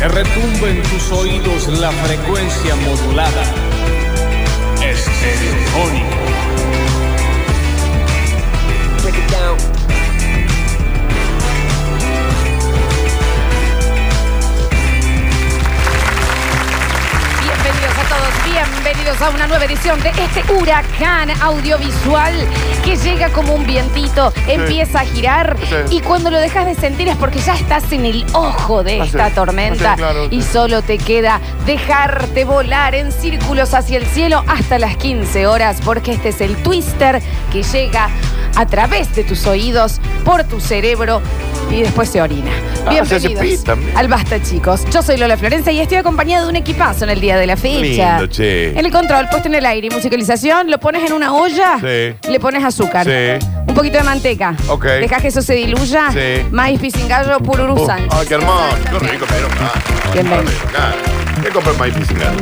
sube en tus oídos la frecuencia modulada. Estereofónica. Break it down. Bienvenidos a todos, bienvenidos a una nueva edición de este huracán audiovisual que llega como un vientito, empieza a girar Sí. y cuando lo dejas de sentir es porque ya estás en el ojo de Así esta es, tormenta así es, claro, y sí. solo te queda dejarte volar en círculos hacia el cielo hasta las 15 horas porque este es el twister que llega a través de tus oídos, por tu cerebro y después se orina. Ah, se hace pis Bienvenidos también. al Basta chicos. Yo soy Lola Florencia y estoy acompañada de un equipazo en el día de la fecha. Lindo, che. En el control, puesto en el aire y musicalización, lo pones en una olla, Sí. le pones azúcar, Sí. un poquito de manteca, Ok. dejas que eso se diluya, Sí. maíz pisingallo, pururú Oh, Sánchez. Ay, qué hermoso. Qué rico, Ah, pero Bienvenido. ¿Qué compré el maíz pisingado?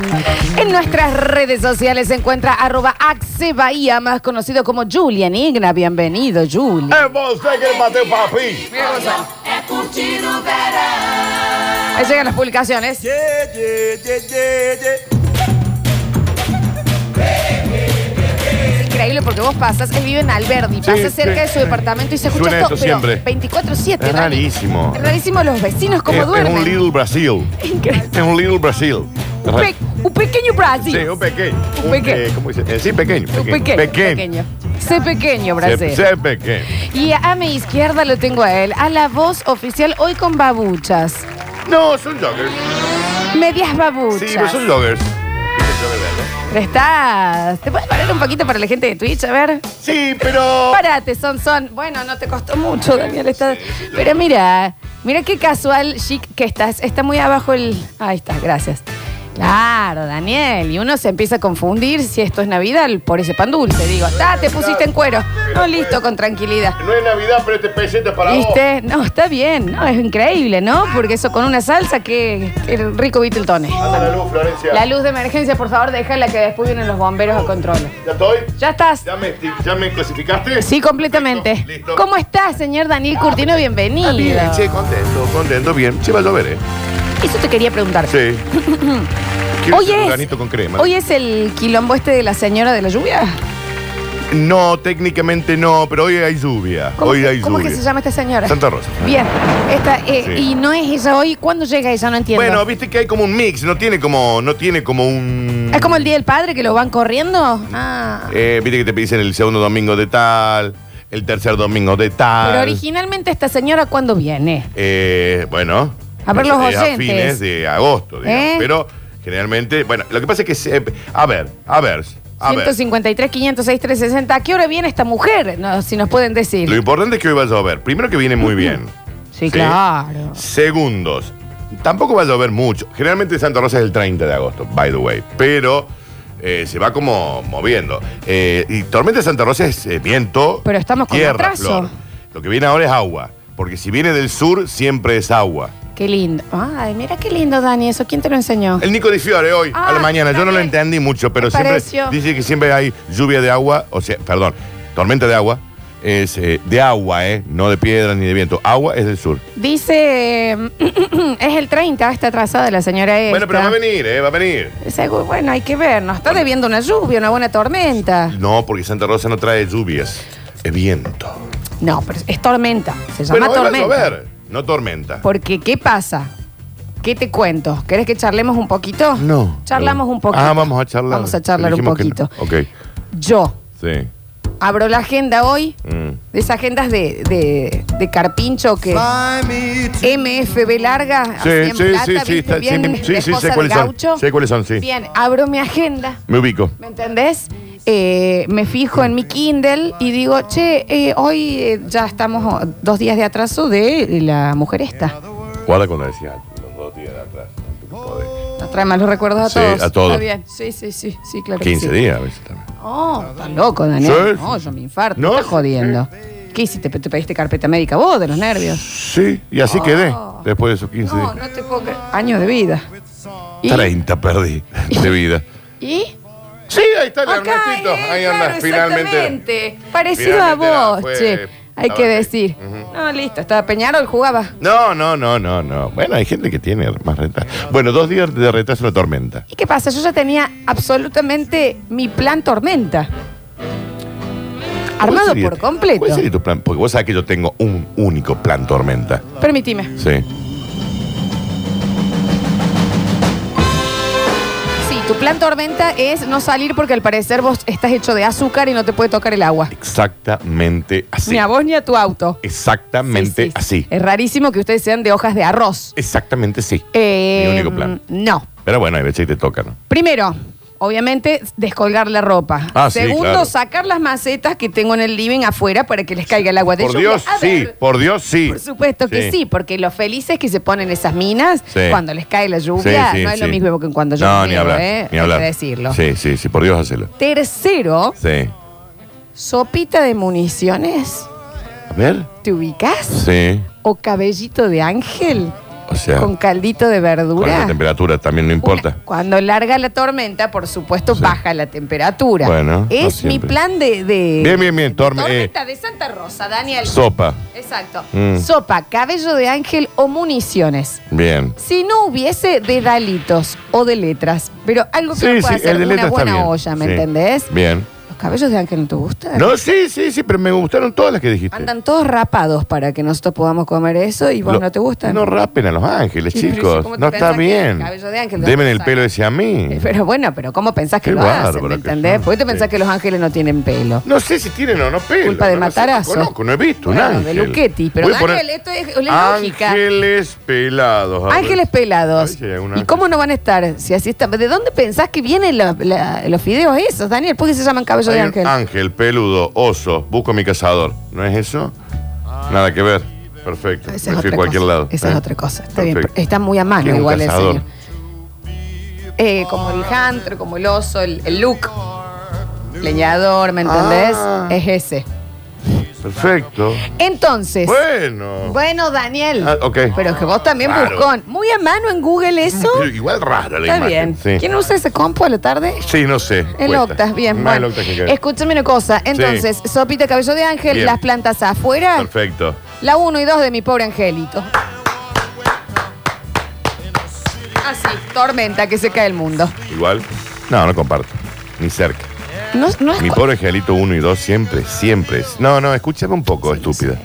En nuestras redes sociales se encuentra arroba Axe Bahía, más conocido como Julian Igna. Bienvenido, Julian. ¡Es usted Eh, que le maté, papi! Ahí llegan las publicaciones. Es Increíble porque vos pasas, él vive en Alberdi, pasas cerca sí. de su departamento y se escucha Suena esto, eso pero siempre. 24-7. Es Dani. rarísimo. Rarísimo los vecinos cómo Es, es duermen. un Little Brasil. Increíble. Es un Little Brasil. Un, pe- un pequeño Brasil. Sí, un pequeño. Un pequeño. eh, ¿Cómo dice? Eh, sí, pequeño. Un pequeño. Pequeño. Sé pequeño, Se- Brasil. se pequeño. Y a mi izquierda lo tengo a él, a la voz oficial hoy con babuchas. No, son joggers. Medias babuchas. Sí, pero son joggers. Dice jogger, ¿verdad? ¿Prestás? ¿Te puedes parar un poquito para la gente de Twitch? A ver. Sí, pero. Párate, son, son. Bueno, no te costó mucho, Daniel. está- Pero mira, mira qué casual chic que estás. Está muy abajo el. Ahí está, gracias. Claro, Daniel. Y uno se empieza a confundir si esto es Navidad por ese pan dulce. Digo, ah, te pusiste en cuero. No, listo, con tranquilidad. No es Navidad, pero este pesete es para vos. ¿Viste? No, está bien. No, es increíble, ¿no? Porque eso con una salsa que el rico Beatletone. Anda la luz, Florencia. La luz de emergencia, por favor, déjala que después vienen los bomberos a control. ¿Ya estoy? ¿Ya estás? ¿Ya me, ya me clasificaste? Sí, completamente. Listo, listo. ¿Cómo estás, señor Daniel Curtino? Bienvenido. Ah, bien, che, contento, contento, bien. Che, va a llover, ¿eh? Eso te quería preguntar. Sí. Quiero Hoy hacer un es, granito con crema. hoy es el quilombo este de la señora de la lluvia. No, técnicamente no, pero hoy hay lluvia. ¿Cómo, hoy que- hay cómo es lluvia. que se llama esta señora? Santa Rosa. Bien. Esta, eh, Sí. Y no es ella hoy. ¿Cuándo llega ella? No entiendo. Bueno, viste que hay como un mix, no tiene como, no tiene como un. ¿Es como el Día del Padre que lo van corriendo? Ah. Eh, viste que te dicen el segundo domingo de tal, el tercer domingo de tal. Pero originalmente esta señora, ¿cuándo viene? Eh, bueno. A ver los es oyentes. A fines de agosto, digamos. ¿Eh? Pero generalmente, bueno, lo que pasa es que. se- a ver, a ver. A ver. 153, 506, 360. ¿A qué hora viene esta mujer? No, si nos pueden decir. Lo importante es que hoy va a llover. Primero que viene muy bien. sí, claro. Segundos. Tampoco va a llover mucho. Generalmente Santa Rosa es el 30 de agosto, by the way. Pero eh, se va como moviendo. Eh, y tormenta de Santa Rosa es eh, viento. Pero estamos con tierra, atraso. flor. Lo que viene ahora es agua. Porque si viene del sur, siempre es agua. Qué lindo. Ay, mira qué lindo, Dani. ¿Eso quién te lo enseñó? El Nico Di Fiore hoy, Ah, a la mañana. Yo no lo también. entendí mucho, pero Me siempre pareció. dice que siempre hay lluvia de agua. O sea, perdón, tormenta de agua. Es eh, de agua, ¿eh? No de piedra ni de viento. Agua es del sur. Dice, mm, es el 30, está atrasada la señora esta. Bueno, pero va a venir, ¿eh? Va a venir. Seguro- bueno, hay que ver. Nos está debiendo una lluvia, una buena tormenta. No, porque Santa Rosa no trae lluvias, es viento. No, pero es tormenta. Se llama Bueno, hoy va a tormenta. llover, no tormenta. Porque, ¿qué pasa? ¿Qué te cuento? ¿Querés que charlemos un poquito? No. Charlamos un poquito. Ah, vamos a charlar. Vamos a charlar un Dijimos que poquito. no. Ok, Yo sí. abro la agenda hoy, Mm. de esas agendas de, de, de carpincho que... MFB larga, así Sí, en sí, plata, sí, sí, ¿viste? está- bien, sí, sí, esposa sé de cuáles son, gaucho. sé cuáles son, sí. Bien, abro mi agenda. Me ubico. ¿Me entendés? Eh, me fijo en mi Kindle y digo, che, eh, hoy eh, ya estamos oh, dos días de atraso de la mujer esta. Guarda cuando decía los dos días de atrás. Joder. Nos trae malos recuerdos a Sí, todos. a todos. Está bien. Sí, sí, sí, sí, claro. que 15 sí. días a veces también. Oh, está loco, Daniel. Sí. No, yo me infarto. No. Estás jodiendo. ¿Qué hiciste? ¿Te pediste carpeta médica vos de los nervios? Sí, y así quedé después de esos 15 Oh. No, días. no te puedo creer. Años de vida. ¿Y? 30 perdí de vida. ¿Y? Sí, ahí está el Acá, Ernestito. eh, Ahí claro, anda, finalmente. exactamente. Parecido Finalmente a era- vos, fue che. Hay Ah, que ok. decir. No, listo, estaba Peñarol, jugaba. No, no, no, no, no. Bueno, hay gente que tiene más retraso. Bueno, dos días de retraso en la tormenta. ¿Y qué pasa? Yo ya tenía absolutamente mi plan tormenta. ¿Cuál Armado sería- por completo. ¿Cuál sería tu plan? Porque vos sabés que yo tengo un único plan tormenta. Permitime. Sí. Sí, tu plan tormenta es no salir porque al parecer vos estás hecho de azúcar y no te puede tocar el agua. Exactamente así. Ni a vos ni a tu auto. Exactamente Sí, sí. así. Es rarísimo que ustedes sean de hojas de arroz. Exactamente sí. Eh, Mi único plan. No. Pero bueno, hay veces que te toca, ¿no? Primero, obviamente, descolgar la ropa. Ah, sí, Segundo, claro. sacar las macetas que tengo en el living afuera para que les caiga el agua de Por lluvia. Dios, A sí. ver, Por Dios, sí. Por supuesto que sí. porque los felices que se ponen esas minas Sí. cuando les cae la lluvia Sí, sí, no es lo sí. mismo que cuando yo No, me ni meo, hablar. ¿eh? Ni Hay hablar. que decirlo. Sí, sí, sí. Por Dios, hacelo. Tercero, Sí. sopita de municiones. A ver. ¿Te ubicas? Sí. O cabellito de ángel O sea, con caldito de con verdura. la temperatura también no importa. Una- cuando larga la tormenta, por supuesto, baja la temperatura. Bueno, no Es mi siempre. plan de. de- Bien, bien, de bien, torme- eh, tormenta de Santa Rosa, Daniel. Sopa. Exacto. Mm. Sopa, cabello de ángel o municiones. Bien. Si no hubiese dedalitos o de letras, pero algo que Sí, no sí, pueda hacer el de una letra está buena bien. olla, ¿me Sí. entendés? Bien. ¿Los cabellos de ángel no te gustan? No, sí, sí, sí, pero me gustaron todas las que dijiste. Andan todos rapados para que nosotros podamos comer eso y vos Lo- no te gustan. No rapen a los ángeles, Y, pero, chicos. ¿cómo te No está pensás que bien. el cabello de ángel de Deme dónde el sale? pelo ese a mí. Eh, Pero bueno, pero ¿cómo pensás que Qué lo hacen? ¿Me bárbaro que entendés? son. ¿Por qué te pensás Sí. que los ángeles no tienen pelo? No sé si tienen o no pelo. Culpa de no, no sé, matarazo. No conozco, no he visto un Bueno, de ángel. Luchetti, pero Voy a poner Daniel, esto es- es lógica. Ángeles pelados. a ver. Ángeles Ay, pelados. sí, hay un ¿Y ángel. cómo no van a estar? Si así está, ¿De dónde pensás que vienen la- la- los fideos esos, Daniel? ¿Por qué se llaman cabello Hay de un ángel? Ángel, peludo, oso. Busco a mi cazador. ¿No es eso? Nada que ver. Perfecto. Esa es Me fui otra a cualquier cosa. lado. Esa es ¿eh? otra cosa. Está bien, Perfecto. pero está muy a mano ¿Qué es un igual el cazador? señor. Eh, como el hunter, como el oso, el, el look. Leñador, ¿me entendés? Ah. Es ese. Perfecto. Entonces. Bueno. Bueno, Daniel. Ah, ok. Pero que vos también Claro. buscón. Muy a mano en Google eso. Pero igual rara la Está imagen. bien. Sí. ¿Quién usa ese compo a la tarde? Sí, no sé. El cuesta. octas, bien. Más el Bueno, octas que queda. escúchame una cosa. Entonces, sopita cabello de ángel, Bien. las plantas afuera, Perfecto. la 1 y 2 de mi pobre angelito. Así, tormenta que se cae el mundo. Igual. No, no comparto. Ni cerca. No, no es Mi cu- pobre angelito 1 y 2 siempre, siempre. es- No, no, escúchame un poco, estúpida.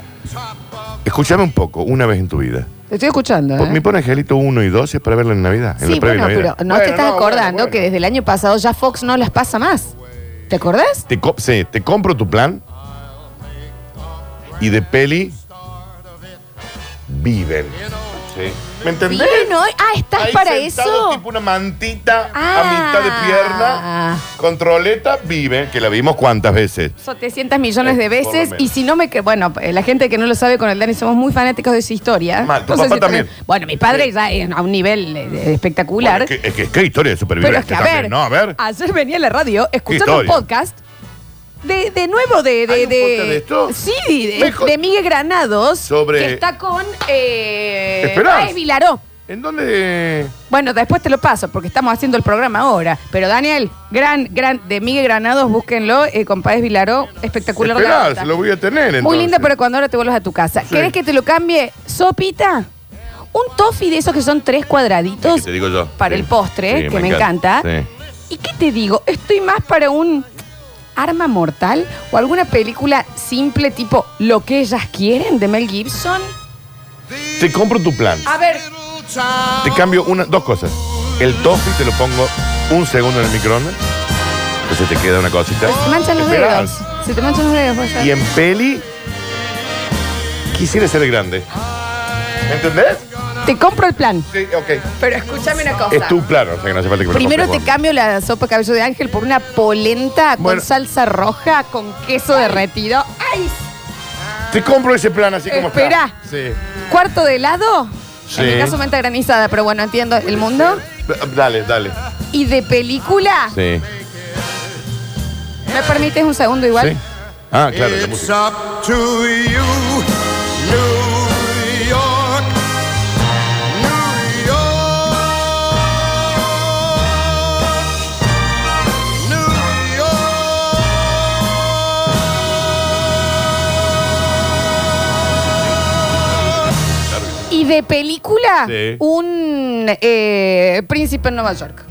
Escúchame un poco, una vez en tu vida. Te estoy escuchando. ¿eh? Por- Mi pobre angelito 1 y 2 es para verlo en Navidad. en Sí, la previa bueno, pero Navidad. no te Bueno, estás bueno, acordando bueno. que desde el año pasado ya Fox no las pasa más. ¿Te acordás? Te, co- sí, te compro tu plan y de peli viven. Sí. ¿Me entendés? Bien, hoy. Ah, ¿estás Ahí para sentado, eso? tipo una mantita Ah. a mitad de pierna. Controleta vive, que la vimos cuántas veces. 700 millones de Eh, por lo veces menos. y si no me que bueno eh, la gente que no lo sabe con el Dani somos muy fanáticos de su historia Mal, tu No sé papá si tenés- también. bueno mi padre ya es a un nivel eh, espectacular Bueno, es que, es que- qué historia de pero supervivencia es que a también, ver, Ah. ¿no? A ver. ayer venía a la radio escuchando un historia. podcast de, de nuevo de de, ¿Hay un podcast de esto? sí de, Mejor. de Miguel Granados Sobre- que está con eh, Esperanza. Ay, Vilaró ¿En dónde? bueno, después te lo paso porque estamos haciendo el programa ahora. Pero Daniel, gran, gran, de Miguel Granados, búsquenlo, eh, con Páez Vilaró, espectacular. Esperá, garganta. se lo voy a tener. Muy entonces. linda, pero cuando ahora te vuelvas a tu casa. ¿Querés que te lo cambie? ¿Sopita? Un toffee de esos que son tres cuadraditos Sí, te digo yo. para Sí. el postre, Sí, que me encanta. ¿Y qué te digo? Estoy más para un arma mortal o alguna película simple tipo Lo que ellas quieren de Mel Gibson. Sí. Te compro tu plan. A ver, Te cambio una, dos cosas. El toffee te lo pongo un segundo en el microondas. Entonces te queda una cosita. se manchan Pues los Esperá. dedos. Se te manchan los dedos. vos sabés. Y en peli quisiera ser grande. ¿Me entendés? Te compro el plan. Sí, ok. Pero escúchame una cosa. Es tu plan, o sea que no hace falta que me lo Primero te compres cambio la sopa cabello de ángel por una polenta Bueno. con salsa roja, con queso derretido. ¡Ay! vos. Te compro ese plan así como Esperá. está. Sí. ¿Cuarto de helado? Sí. En mi caso menta granizada, pero bueno, entiendo el mundo. D- Dale, dale. ¿Y de película? Sí. ¿Me permites un segundo igual? Sí. Ah, claro, la It's música. up to you, New York, New York, New York. Es de película Sí. un eh, príncipe en Nueva York.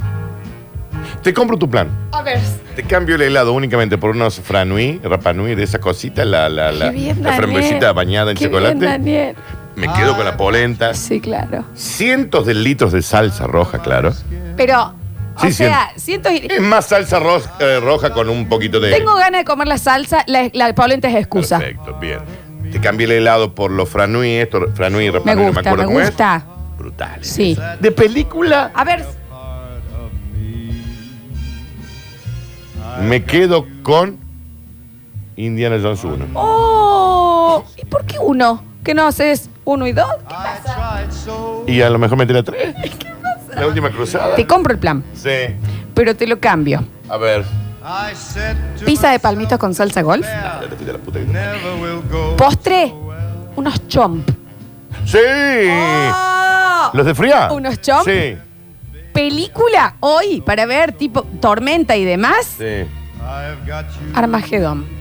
Te compro tu plan. A ver. Te cambio el helado únicamente por unos franui, rapanui, de esa cosita, la, la, la, qué bien, la Daniel. frambuesita bañada en Qué chocolate. bien, Daniel. Me quedo con Ah. la polenta. Sí, claro. Cientos de litros de salsa roja, claro. Pero, o Sí, sea, siento... y- Es más salsa ro- eh, roja con un poquito de... Tengo ganas de comer la salsa, la, la polenta es excusa. Perfecto, bien. Te cambié el helado por los franui, esto, franui, Me rapanui, no me gusta, acuerdo me cómo es. gusta. Brutales. Sí. De película, A ver, me quedo con Indiana Jones 1. ¡Oh! ¿Y por qué uno? ¿Que no haces uno y dos? ¿Qué pasa? Y a lo mejor meter a tres. La última cruzada. Te compro el plan, Sí. pero te lo cambio. A ver. Pizza de palmitos con salsa golf. Ah, ya te fuiste a la puta que- Postre, unos chomp. Sí. ¡Oh! ¿Los de fría? ¿Unos chomp? Sí. Película hoy para ver tipo tormenta y demás. Sí. Armagedón.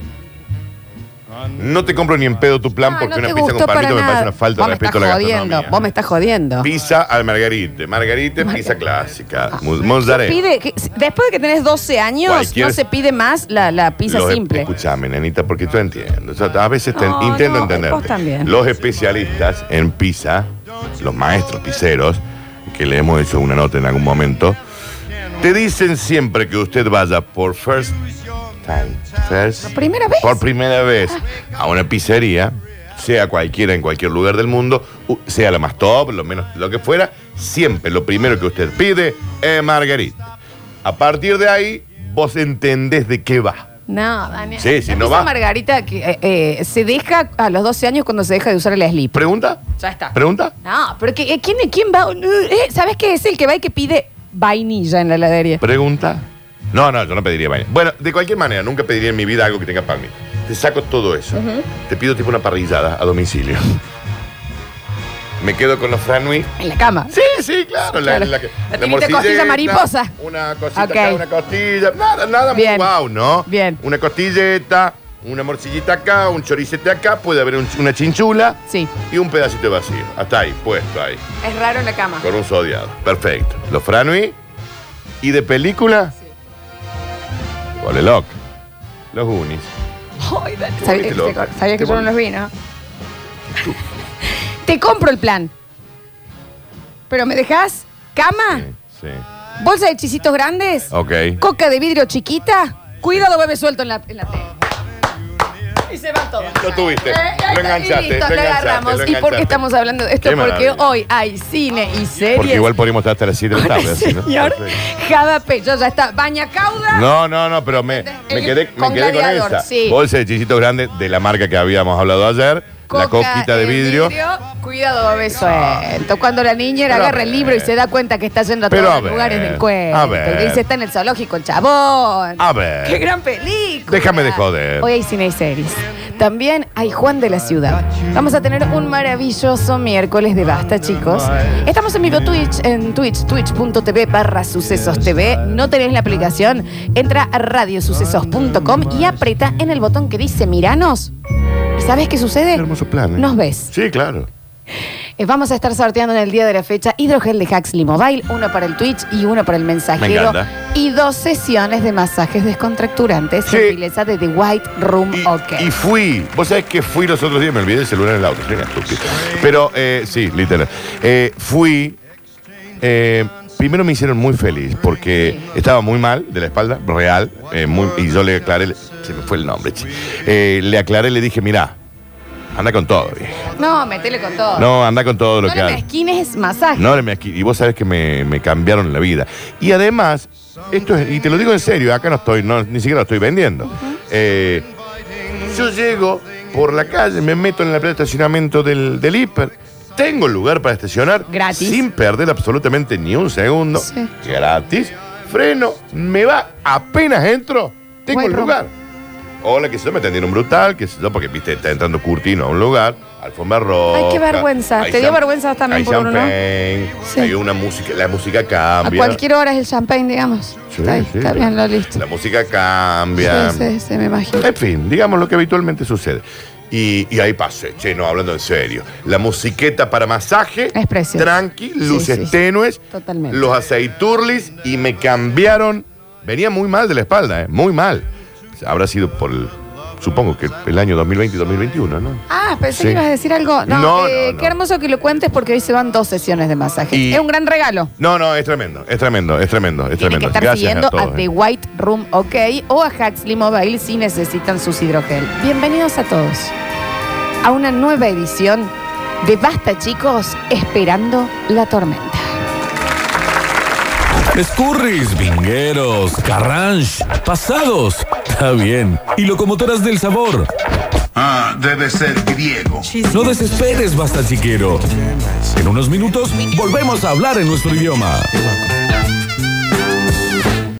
No te compro ni en pedo tu plan Ah, porque no una te pizza con gustó para palmito me nada. parece una falta Vos de me respeto a estás la jodiendo, gastronomía. Vos me estás jodiendo. Pizza al margarite. Margarite, pizza clásica. Mu- Mozzarella. Pide que- después de que tenés 12 años, Cualquier- no se pide más la, la pizza Los e- simple. Escúchame, nenita, porque yo entiendo. O sea, a veces te- No, intento no, entender. vos también. Los especialistas en pizza, los maestros pizzeros, que le hemos hecho una nota en algún momento, te dicen siempre que usted vaya por first time. First, ¿Por primera vez? Ah. Por primera vez a una pizzería, sea cualquiera en cualquier lugar del mundo, u- sea la más top, lo menos lo que fuera, siempre lo primero que usted pide es margarita. A partir de ahí, vos entendés de qué va. No, Daniel. Sí, sí, La no pizza va. margarita que, eh, eh, se deja a los 12 años cuando se deja de usar el slip. ¿Pregunta? Ya está. ¿Pregunta? No, pero que, eh, ¿quién, ¿quién va? Eh, ¿Sabes qué es el que va y que pide vainilla en la heladería? ¿Pregunta? No, no, yo no pediría baño. Bueno, de cualquier manera, nunca pediría en mi vida algo que tenga palmito. Te saco todo eso. Te pido tipo una parrillada a domicilio. Me quedo con los franui. En la cama. Sí, sí, claro. Claro. La, la, La típica costilla morcilleta, mariposa. Una cosita Ok. acá, una costilla. Nada, nada Bien. muy guau, ¿no? Bien. Una costilleta, una morcillita acá, un choricete acá. Puede haber un- una chinchula Sí. y un pedacito vacío. Hasta ahí, puesto ahí. Es raro en la cama. Con un sodiado. Perfecto. Los Franui. ¿Y de película? Vale, Loc. Los Unis. Ay, Daniel, Sabía, Te lo- te- sabía que te yo no los vi, ¿no? Te compro el plan. Pero me dejas cama, Sí. Oh. bolsa de chisitos grandes, Ok. coca de vidrio chiquita. Cuidado, bebé suelto en la, en la tele. Y se va todo. Lo tuviste. Eh, ahí está, Lo y enganchaste. listo, lo lo agarramos. enganchaste. ¿Y por qué estamos hablando de esto? Qué Porque maravilla. hoy hay cine y series. Porque igual podríamos estar hasta las 7 de la tarde. así, ¿no? Señor Perfecto. Java Pello, ya está. Baña cauda. No, no, no, pero me, me El- quedé, me con quedé con gladiador, esa. sí. Bolsa de chisitos grandes de la marca que habíamos hablado ayer. la Coca coquita de vidrio. Cuidado, bebé suelto. Cuando la niñera Pero a agarra el ver. libro y se da cuenta que está yendo a Pero todos a los lugares ver, del cuento. a ver. Y dice, está en el zoológico el chabón. A ver. ¡Qué gran película! Déjame de joder. Hoy hay cine y series. También hay Juan de la Ciudad. Vamos a tener un maravilloso miércoles de basta, chicos. Estamos en vivo Twitch, en Twitch, twitch.tv barra sucesos TV. No tenés la aplicación. Entra a radiosucesos.com y aprieta en el botón que dice Miranos. ¿Y sabes qué sucede? Qué hermoso plan. ¿eh? Nos ves. Sí, claro. Eh, Vamos a estar sorteando en el día de la fecha hidrogel de Huxley Mobile, uno para el Twitch y uno para el mensajero. encanta. Y dos sesiones de masajes descontracturantes Sí. gentileza de The White Room Y, OK. y fui, vos sabés que fui los otros días, me olvidé el celular en el auto, soy una estúpida. Pero eh, sí, literal. Eh, fui, eh, primero me hicieron muy feliz porque estaba muy mal de la espalda, real, eh, muy- y yo le aclaré, se me fue el nombre, che. Eh, le aclaré, le dije, mirá, anda con todo, vieja. No, metele con todo. no, anda con todo lo Ah. no que le hagas. mezquines masaje. No, me aquí. Y vos sabés que me, me cambiaron la vida. Y además, esto es, y te lo digo en serio, acá no estoy, no, ni siquiera lo estoy vendiendo. Eh, yo llego por la calle, me meto en la plaza de estacionamiento del, del hiper. Tengo lugar para estacionar. Gratis. Sin perder absolutamente ni un segundo. Sí. Gratis. Freno, me va, apenas entro, tengo Guay, el Rom. lugar. Hola, que se me atendieron brutal, que se yo, porque viste, está entrando Curtino a un lugar, alfombra roja. Ay, qué vergüenza. hay Te dio champ- vergüenza también hay por uno, ¿no? champagne, Sí. Hay una música, la música A cambia. cualquier hora es el champagne, digamos. Sí, está, ahí, sí. está bien, lo listo. La música cambia. Sí, sí, sí, me imagino. En fin, digamos lo que habitualmente sucede. Y, y ahí pasé, che, no, hablando en serio. La musiqueta para masaje. Es precioso. Tranqui, Sí, luces sí. tenues. Totalmente. Los aceiturlis y me cambiaron. Venía muy mal de la espalda, ¿eh? Muy mal. Habrá sido por el- Supongo que el año 2020 y 2021, ¿no? Ah, pensé Sí. que ibas a decir algo. No, No, eh, no, no. qué hermoso que lo cuentes porque hoy se van dos sesiones de masaje. Y- Es un gran regalo. No, no, es tremendo, es tremendo, es tremendo, es Tienen que tremendo. estar Gracias siguiendo a a, todos. The ¿eh? White Room OK o a Huxley Mobile si necesitan sus hidrogel. Bienvenidos a todos a una nueva edición de Basta, chicos, esperando la tormenta. Escurris, vingueros, carranche, pasados. Está bien. Y locomotoras del sabor. Ah, debe ser griego. No desesperes, basta chiquero. En unos minutos volvemos a hablar en nuestro idioma.